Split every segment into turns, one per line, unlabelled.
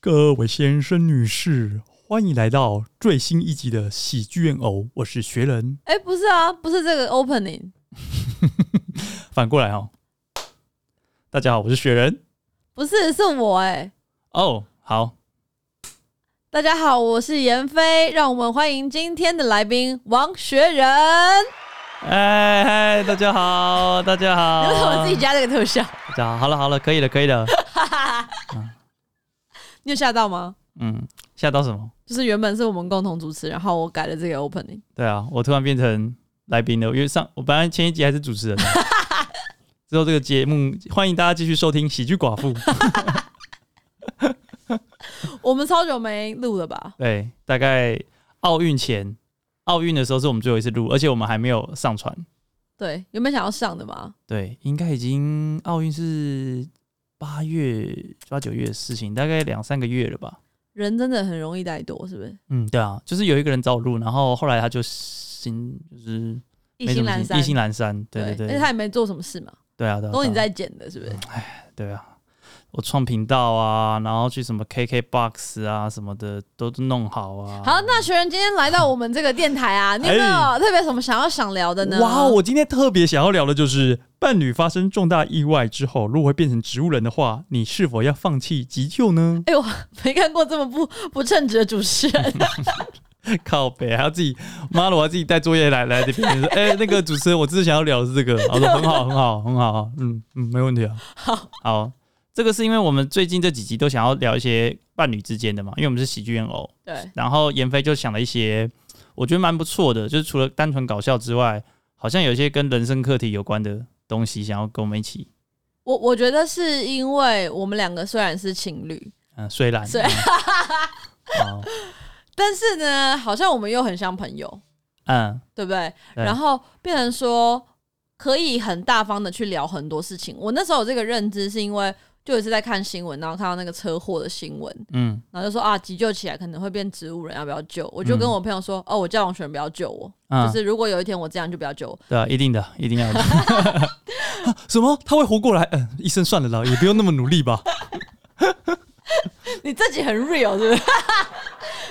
各位先生、女士，欢迎来到最新一集的《喜剧怨偶》，我是学人。
哎、不是啊，不是这个 opening。
反过来哦，大家好，我是雪人。
不是，是我哎、
哦，好，
大家好，我是妍飞，让我们欢迎今天的来宾王学仁。
啊哎嗨，大家好，大家
你
好。
为什么自己加这个特效？
大家好，好了好了，可以了可以了。
哈哈哈。你有吓到吗？
嗯，吓到什么？
就是原本是我们共同主持，然后我改了这个 opening。
对啊，我突然变成来宾了，因为上我本来前一集还是主持人呢。 之后这个节目，欢迎大家继续收听《喜剧寡妇》。
我们超久没录了吧？
对，大概奥运前，奥运的时候是我们最后一次录，而且我们还没有上传。
对，有没有想要上的吗？
对，应该已经奥运是八月抓九月的事情，大概两三个月了吧。
人真的很容易怠惰，是不是？
嗯，对啊，就是有一个人找我录，然后后来他就心就是
意
没什
兴
么
阑
心
珊，
意兴阑珊。对对
对，
对，
而且他也没做什么事嘛，
对啊对啊，
都是你
对啊
在剪的，是不是？
对啊，我创频道啊，然后去什么 KK Box 啊什么的都弄好啊。
好，那学仁今天来到我们这个电台啊，你有没有
哎
特别什么想要想聊的呢？
哇，哦我今天特别想要聊的就是，伴侣发生重大意外之后，如果会变成植物人的话，你是否要放弃急救呢？
哎呦，没看过这么不不称职的主 持人，
靠北，还要自己妈的，我要自己带作业来来这边。 说哎、那个主持人，我只是想要聊的是这个。我说很好，很好，很好，嗯嗯，没问题啊。
好，
好，这个是因为我们最近这几集都想要聊一些伴侣之间的嘛，因为我们是喜剧人偶，
对，
然后妍飞就想了一些我觉得蛮不错的，就是除了单纯搞笑之外，好像有一些跟人生课题有关的东西，想要跟我们一起
我我觉得是因为我们两个虽然是情侣，
嗯虽然
虽
然、嗯好
但是呢，好像我们又很像朋友，
嗯
对不对？
对
然后变成说可以很大方的去聊很多事情。我那时候有这个认知，是因为就有一次在看新闻，然后看到那个车祸的新闻，
嗯
然后就说啊，急救起来可能会变植物人，要不要救？我就
嗯
跟我朋友说，哦，我叫王璇不要救我，
嗯，
就是如果有一天我这样，就不要救我。
对啊，一定的，一定要的。 什么？他会活过来？嗯，医生算了啦，也不用那么努力吧。
你自己很 real 是不是？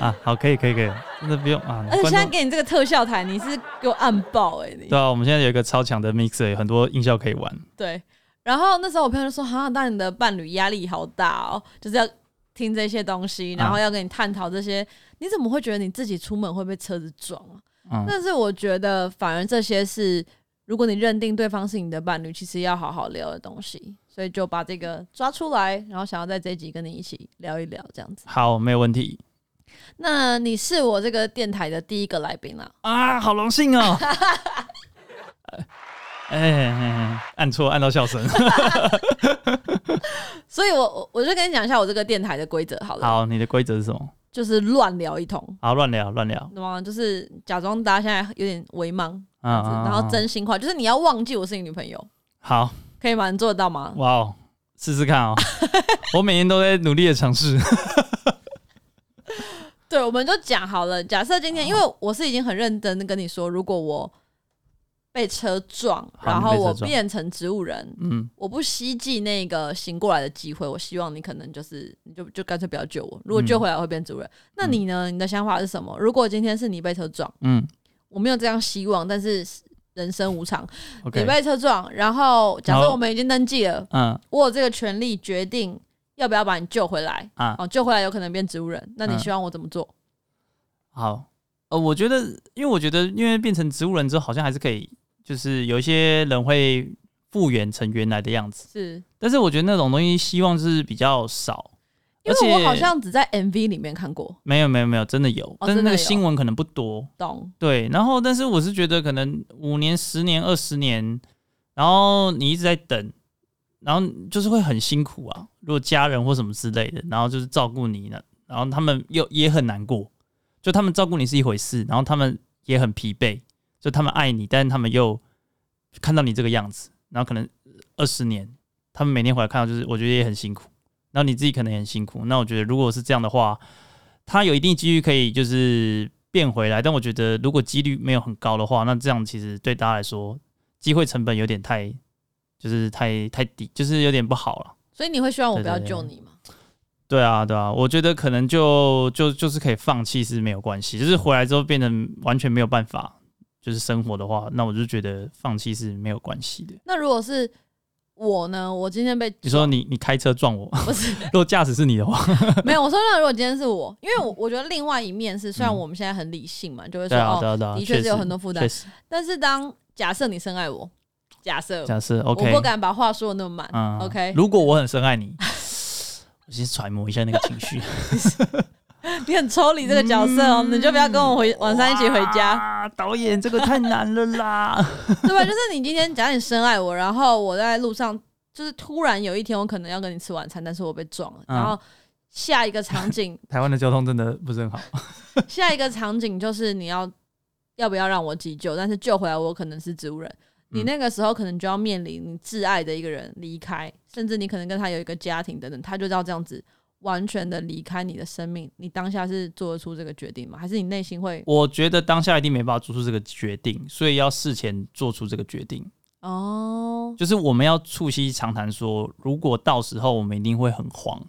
啊，好，可以，可以，可以，真的不用啊。
而且
观
现在
众
给你这个特效台，你是给我按爆哎、你
对啊，我们现在有一个超强的 mixer，有很多音效可以玩。
对。然后那时候我朋友就说：“哈，那你的伴侣压力好大哦，就是要听这些东西，然后
啊
要跟你探讨这些，你怎么会觉得你自己出门会被车子撞啊？”
嗯，
但是我觉得，反而这些是如果你认定对方是你的伴侣，其实要好好聊的东西。所以就把这个抓出来，然后想要在这一集跟你一起聊一聊这样子。
好，没有问题
那你是我这个电台的第一个来宾啦，
啊，好荣幸哦。 哎哎哎，按错，按到笑声。
所以我我我就跟你讲一下我这个电台的规则好了，
好，你的规则是什么？
就是乱聊一通，
好，乱聊，乱聊。
懂吗？就是假装大家现在有点微茫，
嗯
这样子
嗯
然后
嗯
真心话，就是你要忘记我是你女朋友，
好，
可以吗？你做得到吗？
哇哦，试试看哦。我每天都在努力的尝试。
对，我们就讲好了。假设
啊
今天，因为我是已经很认真的跟你说，如果我被车撞，
好
然后
你被车
我
撞
变成植物人，
嗯，
我不希冀那个醒过来的机会。我希望你可能就是，你就就干脆不要救我。如果救回来我会变植物人，那你呢？你的想法是什么？如果今天是你被车撞，
嗯
我没有这样希望，但是人生无常，
，OK
你。被车撞，然后假
然
设
后
我们已经登记了，
嗯
我有这个权利决定要不要把你救回来。
啊，
哦，救回来有可能变植物人，那你
嗯
希望我怎么做？
好，呃，我觉得，因为我觉得，因为变成植物人之后，好像还是可以，就是有一些人会复原成原来的样子，
是。
但是我觉得那种东西希望是比较少，
因
而
为
且
我好像只在 MV 里面看过，
没有没有没有，真的有，但是
真的
那个
有
新闻可能不多，
懂？
对。然后，但是我是觉得，可能五年、十年、二十年，然后你一直在等。然后就是会很辛苦啊，如果家人或什么之类的，然后就是照顾你呢，然后他们又也很难过，就他们照顾你是一回事，然后他们也很疲惫，就他们爱你，但是他们又看到你这个样子，然后可能二十年，他们每天回来看到，就是我觉得也很辛苦，然后你自己可能也很辛苦。那我觉得如果是这样的话，他有一定几率可以就是变回来，但我觉得如果几率没有很高的话，那这样其实对大家来说，机会成本有点太，就是太太低，就是有点不好了。
所以你会希望我不要救你吗？
对啊，对啊，我觉得可能就就就是可以放弃是没有关系，就是回来之后变成完全没有办法，就是生活的话，那我就觉得放弃是没有关系的。
那如果是我呢？我 今天被
你说你你开车撞我，
哦不是
如果驾驶是你的话，
没有，我说那如果今天是我，因为我我觉得另外一面是，虽然我们现在很理性嘛，就会
嗯
说、
对啊，
哦，
对啊，对啊，
的确是有很多负担
确实，
但是当假设你深爱我，假设
假设
呃我
OK，
不敢把话说的那么满、
嗯
o k
如果我很深爱你，我先揣摩一下那个情 绪。
你很抽离这个角色
嗯
哦，你就不要跟我回晚上一起回家，
哇。导演，这个太难了啦！
对吧？就是你今天假如你深爱我，然后我在路上，就是突然有一天我可能要跟你吃晚餐，但是我被撞了，
嗯
然后下一个场景，
台湾的交通真的不是很好。
下一个场景就是你要要不要让我急救，但是救回来我可能是植物人。你
嗯
那个时候可能就要面临你挚爱的一个人离开，甚至你可能跟他有一个家庭等等，他就要这样子完全的离开你的生命。你当下是做得出这个决定吗？还是你内心会
我觉得当下一定没办法做出这个决定，所以要事前做出这个决定。
哦？
就是我们要促膝长谈说如果到时候我们一定会很慌。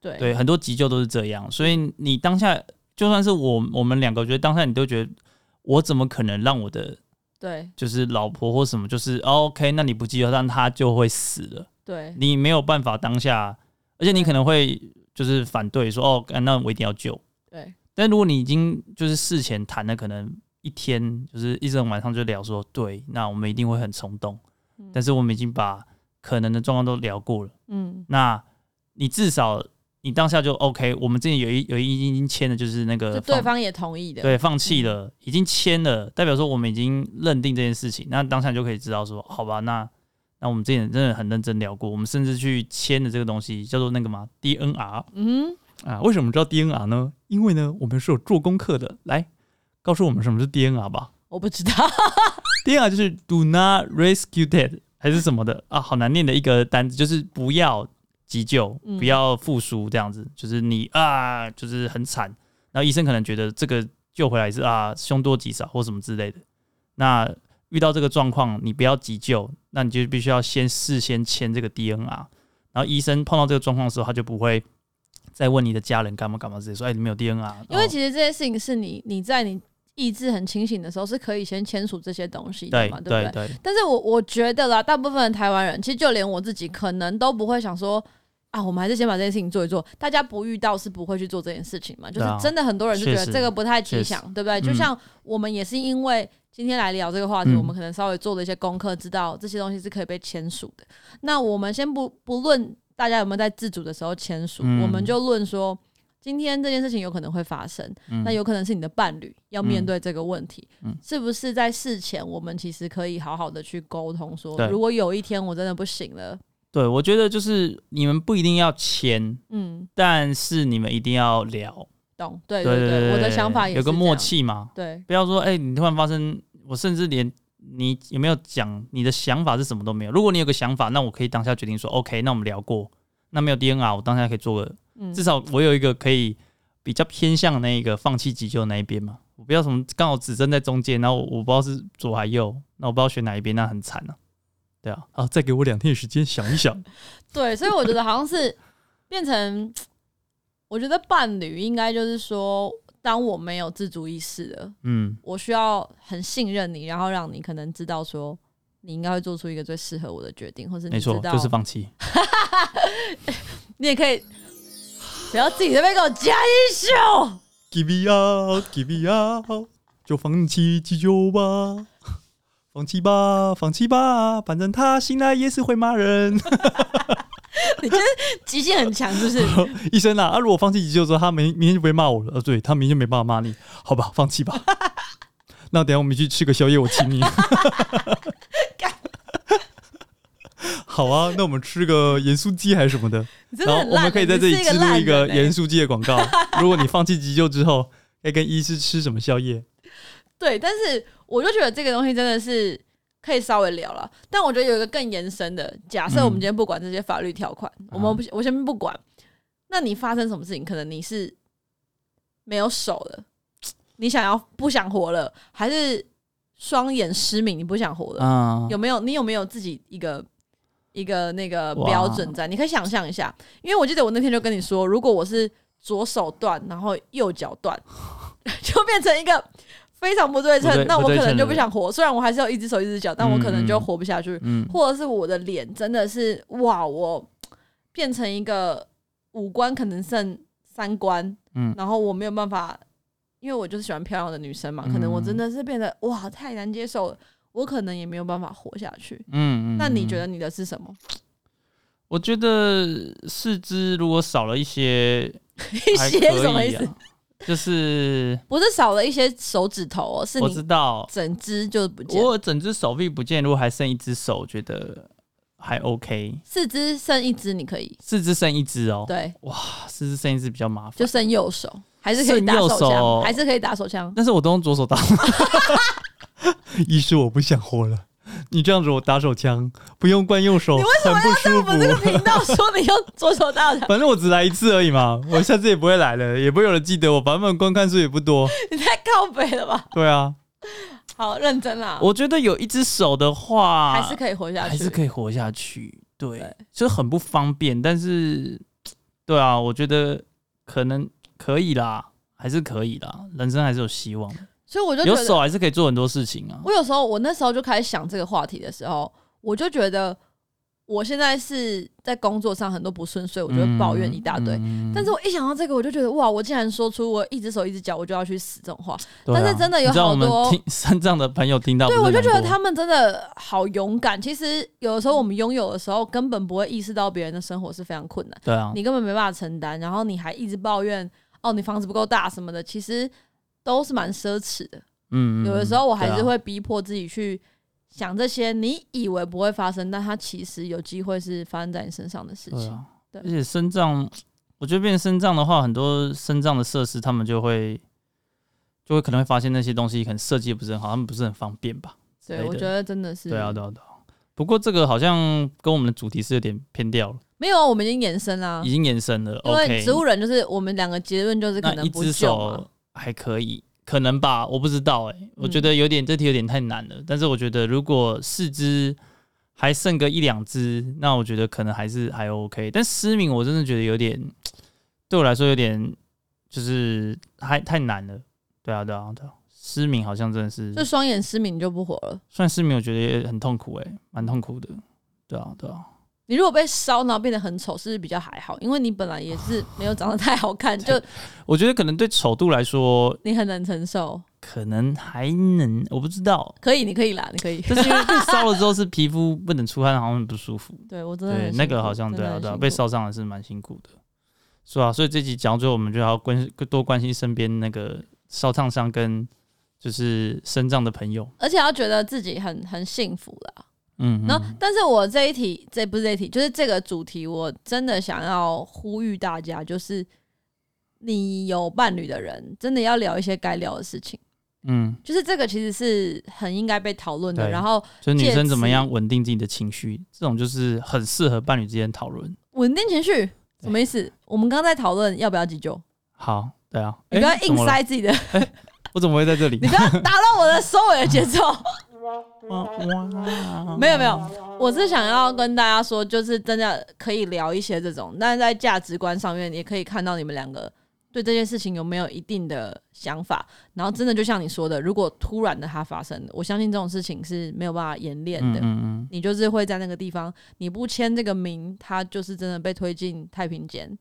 对
对，很多急救都是这样，所以你当下就算是我我们两个，我觉得当下你都觉得我怎么可能让我的
对
就是老婆或什么，就是、哦 OK，那你不急救，但她就会死了。
对
你没有办法当下，而且你可能会就是反对说哦，干那我一定要救。
对
但如果你已经就是事前谈了，可能一天就是一整晚上就聊说，对，那我们一定会很冲动，
嗯
但是我们已经把可能的状况都聊过了，
嗯
那你至少你当下就 OK。我们之前有一有一已经签的就是那个
就
呃放
对方也同意的，嗯
对，放弃了，已经签了，代表说我们已经认定这件事情。那当下你就可以知道说，好吧，那那我们之前真的很认真聊过，我们甚至去签的这个东西叫做那个嘛 DNR
嗯
啊。为什么知道 DNR 呢？因为呢，我们是有做功课的。来，告诉我们什么是 DNR 吧。
我不知道，
DNR 就是 Do not rescue dead 还是什么的啊，好难念的一个单词，就是不要急救，
嗯
不要复苏这样子，就是你啊，就是很惨。然后医生可能觉得这个救回来是啊凶多吉少或什么之类的。那遇到这个状况，你不要急救，那你就必须要先事先签这个 DNR。然后医生碰到这个状况的时候，他就不会再问你的家人干嘛干嘛之类的，说哎你没有 DNR，
因为
哦
其实这些事情是你你在你意志很清醒的时候是可以先签署这些东西的
对
嘛，对不
对对，
但是我我觉得啦，大部分的台湾人，其实就连我自己，可能都不会想说啊，我们还是先把这件事情做一做。大家不遇到是不会去做这件事情嘛？就
对
是
啊
真的很多人是觉
确
得
实
这个不太吉
确
祥，对不对？
嗯
就像我们也是因为今天来聊这个话题，
嗯
我们可能稍微做了一些功课，知道这些东西是可以被签署的。那我们先不不论大家有没有在自主的时候签署，
嗯
我们就论说。今天这件事情有可能会发生，
嗯
那有可能是你的伴侣要面
嗯
对这个问题，
嗯
是不是在事前我们其实可以好好的去沟通说，
对
如果有一天我真的不行了，
对，我觉得就是你们不一定要签，
嗯，
但是你们一定要聊，
懂，对
对
对，
对，
我的想法也是
有个
这
默
样，
契嘛，
对
不要说哎、你突然发生，我甚至连你有没有讲你的想法是什么都没有。如果你有个想法，那我可以当下决定说 OK，那我们聊过，那没有 DNR，我当啊下可以做个，
嗯
至少我有一个可以比较偏向那个放弃急救那一边嘛，我不要什么刚好指针在中间，然后我我不知道是左还右，那我不知道选哪一边，那很惨啊。对啊，啊，再给我两天的时间想一想。
对，所以我觉得好像是变成，我觉得伴侣应该就是说，当我没有自主意识了，
嗯，
我需要很信任你，然后让你可能知道说。你应该会做出一个最适合我的决定，或是你
没
知
错，
道，
就是放弃。
你也可以不要自己在那边给我加一宿。
Give me up, give me up，就放弃急救吧，放弃吧，放弃吧，反正他醒来也是会骂人。
你觉得极限很强，是不 是？
医生啊，啊如果放弃急救之后，他明明天就不会骂我了。呃，对他明天没办法骂你，好吧，放弃吧。那等一下我们去吃个宵夜，我请你。 好啊，那我们吃个盐酥鸡还是什么的，
你真的
然后
很烂欸、
我们可以在这里
你是
植入
烂
一个
人欸
盐酥鸡的广告。如果你放弃急救之后，要跟医师吃什么宵夜？
对，但是我就觉得这个东西真的是可以稍微聊了，但我觉得有一个更延伸的，假设我们
嗯
今天不管这些法律条款，我们不，我先不管，那你发生什么事情，可能你是没有手了，你想要不想活了，还 是双眼失明，你不想活了？
嗯
有没有？你有没有自己一个一个那个
哇
标准在。你可以想象一下，因为我记得我那天就跟你说，如果我是左手断，然后右脚断， 就变成一个非常不对
不
称
对，
那我
不对
可能
称
就
的
不想活。虽然我还是有一只手一只脚，但我可能
嗯
就
嗯
活不下去。
嗯，
或者是我的脸真的是哇，我变成一个五官可能剩三关，
嗯
然后我没有办法，因为我就是喜欢漂亮的女生嘛，可能我
嗯
真的是变得哇太难接受了，我可能也没有办法活下去。
嗯嗯，
那你觉
得？
得你的是什么？
我觉得四肢如果少了一些，
一
还
些
可以
什么意思？
啊？就是
不是少了一些手指头、哦，是
我知
你
道，
整只就不见了，
我整只手臂不见，如果还剩一只手，我觉得还 OK。
四肢剩一只，你可以
四只剩一只哦，
对，
啊四只剩一只比较麻
就
烦。
剩右手，还是可以
剩
打
右
手枪，
手
还是可以打手枪。
但是我都用左手打。医师，我不想活了。你这样子我打手枪，不用惯右手，
你为
很不舒
我们这个
服。
频道说你用左手打手枪，
反正我只来一次而已嘛，我下次也不会来了，也不会有人记得我。版本观看数也不多，
你太靠北了吧？
对啊。
好认真啦，
我觉得有一只手的话，
还是可以活下去，
还是可以活下去。对
对，
就很不方便，但是，对啊，我觉得可能可以啦，还是可以啦，人生还是有希望，
所以我就觉
有
得，
手还是可以做很多事情啊。
我有时候我那时候就开始想这个话题的时候，我就觉得我现在是在工作上很多不顺遂，我就会抱怨一大堆。
嗯
但是我一想到这个，我就觉得哇！我竟然说出我一只手一只脚我就要去死这种话，
对啊
但是真的有
你知道
好
我们
多
听 山上的朋友听到，
对
不
我
是
就觉得
难过
他们真的好勇敢。其实有的时候我们拥有的时候，根本不会意识到别人的生活是非常困难。
对啊，
你根本没办法承担，然后你还一直抱怨哦，你房子不够大什么的，其实都是蛮奢侈的。
嗯，嗯
有的时候我还是，
嗯
会逼迫自己去想这些你以为不会发生，但它其实有机会是发生在你身上的事
对啊对
情。
啊，
对
而且身障，我觉得变身障的话，很多身障的设施他们就会。就会可能会发现那些东西可能设计得不是很好，他们不是很方便吧？
对，
哎对的
我觉得嗯真的是
对啊，对啊，对啊。不过这个好像跟我们的主题是有点偏掉了，
没有啊，我们已经延伸啦、
已经延伸了。
因为
OK，
植物人就是我们两个结论就是可
那
能
一
不
只
救嘛
手。还可以，可能吧，我不知道哎、我觉
嗯
得有点、这题有点太难了。但是我觉得如果四肢还剩个一两只，那我觉得可能还是还 OK。但失明我真的觉得有点，对我来说有点就是还太难了。对啊，对啊，对啊，失明好像真的是
就双眼失明你就不活了。
算失明，我觉得也很痛苦哎、蛮痛苦的。对啊，对啊，
你如果被烧，然后变得很丑，是不是比较还好？因为你本来也 是没有长得太好看，就
我觉得可能对丑度来说，
你很难承受。
可能还能，我不知道。
可以，你可以啦，你可以。
但是因为被烧了之后是皮肤不能出汗，好像很不舒服。
对我真的很
对，
辛
那个
苦
好像
真
对
的
啊
很
对啊，
辛
被
苦
烧伤还是蛮辛苦的，是吧、所以这集讲到最后，我们就要关多关心身边那个烧烫伤跟就是身障的朋友。
而且要觉得自己很很幸福啦。
嗯，
然后
嗯，
但是我这一题，这不是这一题，就是这个主题，我真的想要呼吁大家，就是你有伴侣的人，真的要聊一些该聊的事情。
嗯，
就是这个其实是很应该被讨论的。
对
然后
就是女
戒
生怎么
指
样稳定自己的情绪，这种就是很适合伴侣之间讨论。
稳定情绪什么意思？我们刚刚在讨论要不要急救，
好，对啊，
你不
诶
要
怎
硬
么了
塞自己的，
我怎么会在这里
你？不要打乱我的收尾的节奏。
哇 哇
没有没有，我是想要跟大家说，就是真的可以聊一些这种，但是在价值观上面，也可以看到你们两个对这件事情有没有一定的想法。然后真的就像你说的，如果突然的它发生了，我相信这种事情是没有办法演练
嗯
的。
嗯嗯，
你就是会在那个地方，你不签这个名，他就是真的被推进太平间。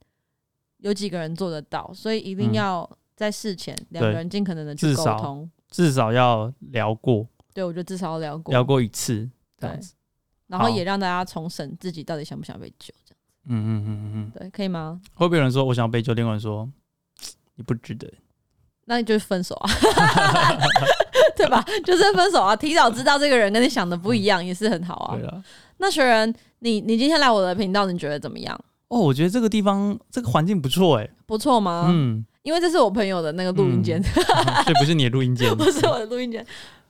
有几个人做得到？所以一
嗯
定要在事前两个
对
人尽可能的去
至
沟
少
通。
至少要聊过，
对，我觉得至少要聊过，
聊过一次这样子。
然
好
后也让大家重审自己到底想不想被救。
嗯嗯嗯嗯嗯，
对，可以吗？
会不会有人说我想要被救？另外人说嘖你不值得。
那就是分手啊， 对吧？就是分手啊，提早知道这个人跟你想的不一样，也是很好啊
嗯对。了，
那学人，你你今天来我的频道，你觉得怎么样？
哦，我觉得这个地方这个环境不错哎。
不错吗？
嗯，
因为这是我朋友的那个录音间，
所以不是你的录音间，
不是我的录音间。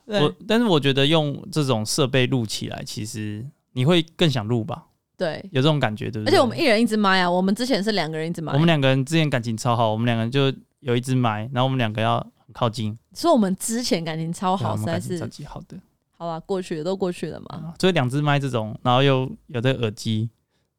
我
对。
但是我觉得用这种设备录起来，其实你会更想录吧，
对，
有这种感觉，对不
而
对？
且我们一人一支麦啊，我们之前是两个人一支麦
我，们两个人之前感情超好，我们两个人就有一支麦，然后我们两个要很靠近，
所以我们之前感情超
对啊
哦好，
我们
实在
感情
是
超级好的。
好吧，过去了都过去了嘛。
啊，所以两只麦这种，然后又有这个耳机，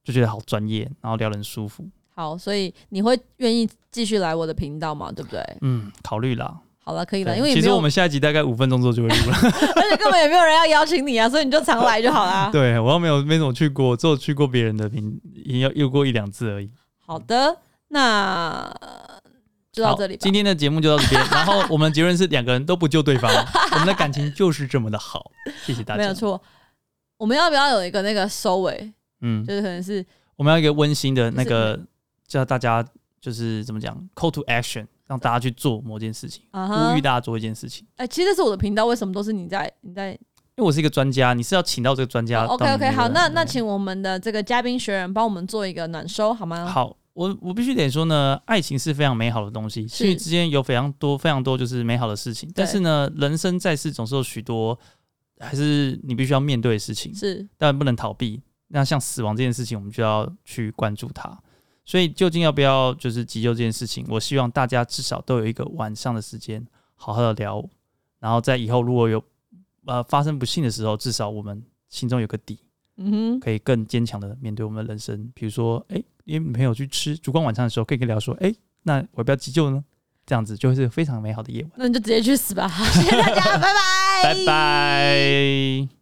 就觉得好专业，然后聊得很舒服。
好，所以你会愿意继续来我的频道嘛？对不对？
嗯，考虑啦。
好了，可以了，
对
因为也
其
没
实
有，
我们下一集大概五分钟之后就会录了。
而且根本也没有人要邀请你啊，所以你就常来就好啦。
对，我又没有没怎么去过，只有去过别人的频，也有用过一两次而已。
好的，那呃就到
好
这里吧
今。天的节目就到这边。然后我们的结论是两个人都不救对方，我们的感情就是这么的好。谢谢大
没
家
有。错，我们要不要有一个那个收尾？
嗯，
就是可能是
我们要一个温馨的那个，叫大家就是怎么讲，call to action，让大家去做某件事情，
啊
呼
哈
吁，大家做一件事情。
哎，其实这是我的频道，为什么都是你在你在哦
因为我是一个专家，你是要请到这个专家到你
OK
那
OK，
边。
好，那那
对
请我们的这个嘉宾学员帮我们做一个暖收好吗？
好，我我必须得说呢，爱情是非常美好的东西，情侣之间有非常多非常多就是美好的事情，但是呢，人生在世总是有许多还是你必须要面对的事情，
是
当然不能逃避。那像死亡这件事情，我们就要去关注它。所以究竟要不要就是急救这件事情，我希望大家至少都有一个晚上的时间好好的聊，然后在以后如果有呃发生不幸的时候，至少我们心中有个底。
嗯哼，
可以更坚强的面对我们的人生。比如说，哎、因为女朋友去吃烛光晚餐的时候，可以跟聊说，哎、那我要不要急救呢？这样子就会是非常美好的夜晚。
那你就直接去死吧！好，谢谢大家，拜拜，
拜拜。